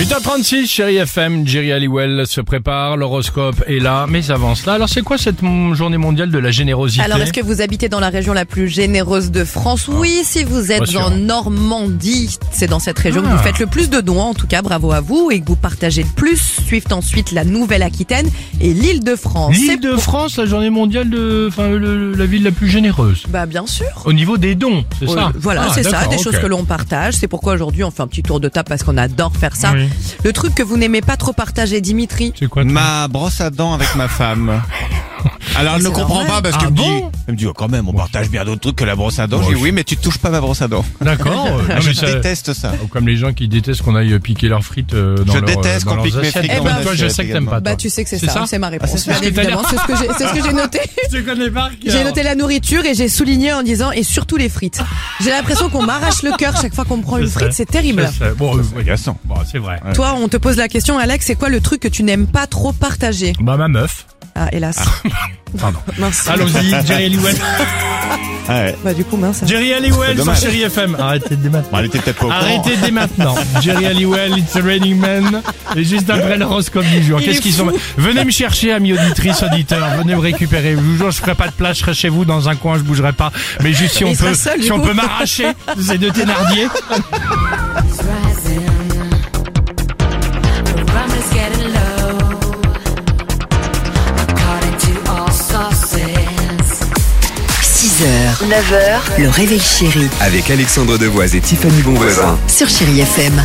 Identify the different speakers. Speaker 1: 8h36, chérie FM, Jerry Halliwell se prépare, l'horoscope est là, mais avant cela, alors c'est quoi cette mon- journée mondiale de la générosité
Speaker 2: Alors, est-ce que vous habitez dans la région la plus généreuse de France Oui, si vous
Speaker 1: Ah. Pas
Speaker 2: êtes
Speaker 1: sûr.
Speaker 2: en Normandie, c'est dans cette région que
Speaker 1: Ah.
Speaker 2: vous faites le plus de dons. En tout cas, bravo à vous et que vous partagez le plus. Suivent ensuite la Nouvelle-Aquitaine et l'île de France. C'est
Speaker 1: L'île de France, la journée mondiale de enfin, le- la ville la plus généreuse.
Speaker 2: Bah bien sûr.
Speaker 1: Au niveau des dons, c'est ça
Speaker 2: Euh, Voilà,
Speaker 1: Ah,
Speaker 2: c'est ça,
Speaker 1: d'accord,
Speaker 2: des
Speaker 1: ok.
Speaker 2: choses que l'on partage. C'est pourquoi aujourd'hui on fait un petit tour de table parce qu'on adore faire ça.
Speaker 1: Oui.
Speaker 2: Le truc que vous n'aimez pas trop partager, Dimitri.
Speaker 1: C'est quoi ton-
Speaker 3: Ma brosse à dents avec ma femme. Alors elle ne
Speaker 2: C'est
Speaker 3: comprend
Speaker 2: normal.
Speaker 3: pas parce
Speaker 1: Ah
Speaker 3: qu'elle me
Speaker 1: bon
Speaker 3: dit, elle me dit oh, quand même on partage bien d'autres trucs que la brosse à dents. Je dis oui mais tu touches pas ma brosse à dents.
Speaker 1: D'accord, euh, non,
Speaker 3: je
Speaker 1: mais ça-
Speaker 3: déteste ça.
Speaker 1: ou comme les gens qui détestent qu'on aille piquer leurs frites euh, dans
Speaker 3: Je
Speaker 1: leur,
Speaker 3: déteste
Speaker 1: dans
Speaker 3: qu'on
Speaker 1: leurs
Speaker 3: pique mes
Speaker 1: assiettes. Eh ben,
Speaker 3: frites
Speaker 2: dans mon
Speaker 1: Toi, je
Speaker 3: assiette
Speaker 1: sais que t'aimes
Speaker 3: également.
Speaker 1: pas. toi.
Speaker 2: Bah tu sais que c'est
Speaker 1: C'est
Speaker 2: ça,
Speaker 1: ça
Speaker 2: c'est ma
Speaker 3: Ah,
Speaker 2: réponse.
Speaker 3: c'est ça.
Speaker 2: Bien
Speaker 1: Parce que t'as
Speaker 2: évidemment, c'est ce que j'ai- c'est ce que j'ai noté.
Speaker 1: Tu connais pas
Speaker 2: J'ai noté la nourriture et j'ai souligné en disant et surtout les frites. J'ai l'impression qu'on m'arrache le cœur chaque fois qu'on me prend
Speaker 1: C'est
Speaker 2: une
Speaker 1: ça.
Speaker 2: frite, c'est terrible.
Speaker 1: C'est ça. Bon, euh,
Speaker 3: C'est agaçant.
Speaker 1: bon, c'est vrai.
Speaker 2: Toi, on te pose la question, Alex, c'est quoi le truc que tu n'aimes pas trop partager
Speaker 1: Bah ma meuf.
Speaker 2: Ah, hélas.
Speaker 1: Pardon.
Speaker 2: Mince.
Speaker 1: Allons-y, Jerry Halliwell.
Speaker 3: Ah ouais.
Speaker 2: Bah, du coup, mince.
Speaker 1: Jerry Halliwell
Speaker 3: C'est
Speaker 1: sur
Speaker 3: dommage.
Speaker 1: Chéri FM. Arrêtez de débattre.
Speaker 3: Bon, elle était peut-être pas au courant.
Speaker 1: Arrêtez
Speaker 2: Oh.
Speaker 1: dès maintenant. Jerry Halliwell, It's a Raining Man. Et juste après l'horoscope du jour. Qu'est-ce qu'ils ont Venez me chercher, amis auditrices, auditeurs. Venez me récupérer. Je vous jure, je ferai pas de place. Je serai chez vous dans un coin. Je bougerai pas. Mais juste si
Speaker 2: Mais
Speaker 1: on
Speaker 2: il sera
Speaker 1: peut,
Speaker 2: seul, du
Speaker 1: si on
Speaker 2: coup.
Speaker 1: peut m'arracher de ces deux Thénardier.
Speaker 4: rum is getting low. According to all sources.
Speaker 5: 6h, 9h, le réveil chéri
Speaker 6: Avec Alexandre Devoise et Tiffany Bonvoisin.
Speaker 5: sur Chéri FM.